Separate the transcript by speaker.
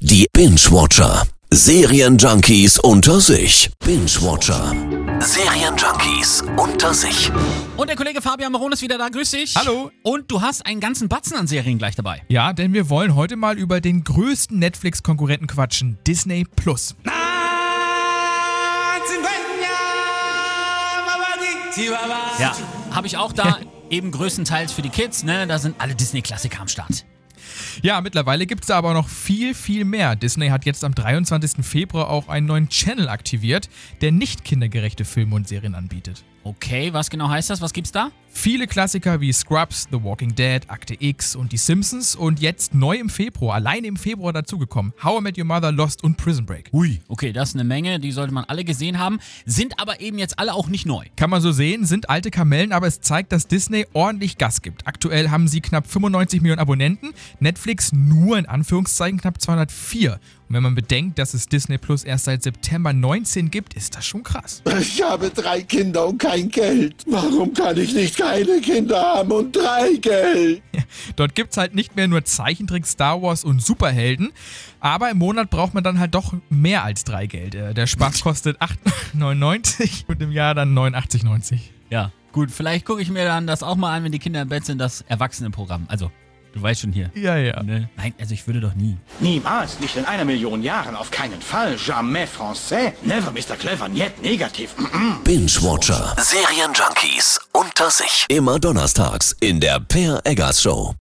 Speaker 1: Die Binge-Watcher. Serienjunkies unter sich. Binge-Watcher. Serienjunkies unter sich.
Speaker 2: Und der Kollege Fabian Maron ist wieder da. Grüß dich.
Speaker 3: Hallo.
Speaker 2: Und du hast einen ganzen Batzen an Serien gleich dabei.
Speaker 3: Ja, denn wir wollen heute mal über den größten Netflix-Konkurrenten quatschen, Disney Plus.
Speaker 2: Ja. Habe ich auch da. Eben größtenteils für die Kids, ne? Da sind alle Disney-Klassiker am Start.
Speaker 3: Ja, mittlerweile gibt es da aber noch viel, viel mehr. Disney hat jetzt am 23. Februar auch einen neuen Channel aktiviert, der nicht kindergerechte Filme und Serien anbietet.
Speaker 2: Okay, was genau heißt das? Was gibt's da?
Speaker 3: Viele Klassiker wie Scrubs, The Walking Dead, Akte X und Die Simpsons und jetzt neu im Februar, alleine im Februar dazugekommen, How I Met Your Mother, Lost und Prison Break.
Speaker 2: Ui. Okay, das ist eine Menge, die sollte man alle gesehen haben, sind aber eben jetzt alle auch nicht neu.
Speaker 3: Kann man so sehen, sind alte Kamellen, aber es zeigt, dass Disney ordentlich Gas gibt. Aktuell haben sie knapp 95 Millionen Abonnenten, Netflix nur in Anführungszeichen knapp 204. Und wenn man bedenkt, dass es Disney Plus erst seit September 19 gibt, ist das schon krass.
Speaker 4: Ich habe drei Kinder und kein Geld. Warum kann ich nicht keine Kinder haben und drei Geld?
Speaker 3: Dort gibt's halt nicht mehr nur Zeichentrick, Star Wars und Superhelden, aber im Monat braucht man dann halt doch mehr als drei Geld. Äh, Der Spaß kostet 8,99 und im Jahr dann 89,90.
Speaker 2: Ja. Gut, vielleicht gucke ich mir dann das auch mal an, wenn die Kinder im Bett sind, das Erwachsenenprogramm. Also, du weißt schon hier.
Speaker 3: Ja, ja.
Speaker 2: Ne? Nein, also ich würde doch nie.
Speaker 5: Niemals, nicht in einer Million Jahren, auf keinen Fall. Jamais français. Never Mr. Clever, niet negativ.
Speaker 1: Binge-Watcher. Serienjunkies unter sich. Immer donnerstags in der Per Eggers Show.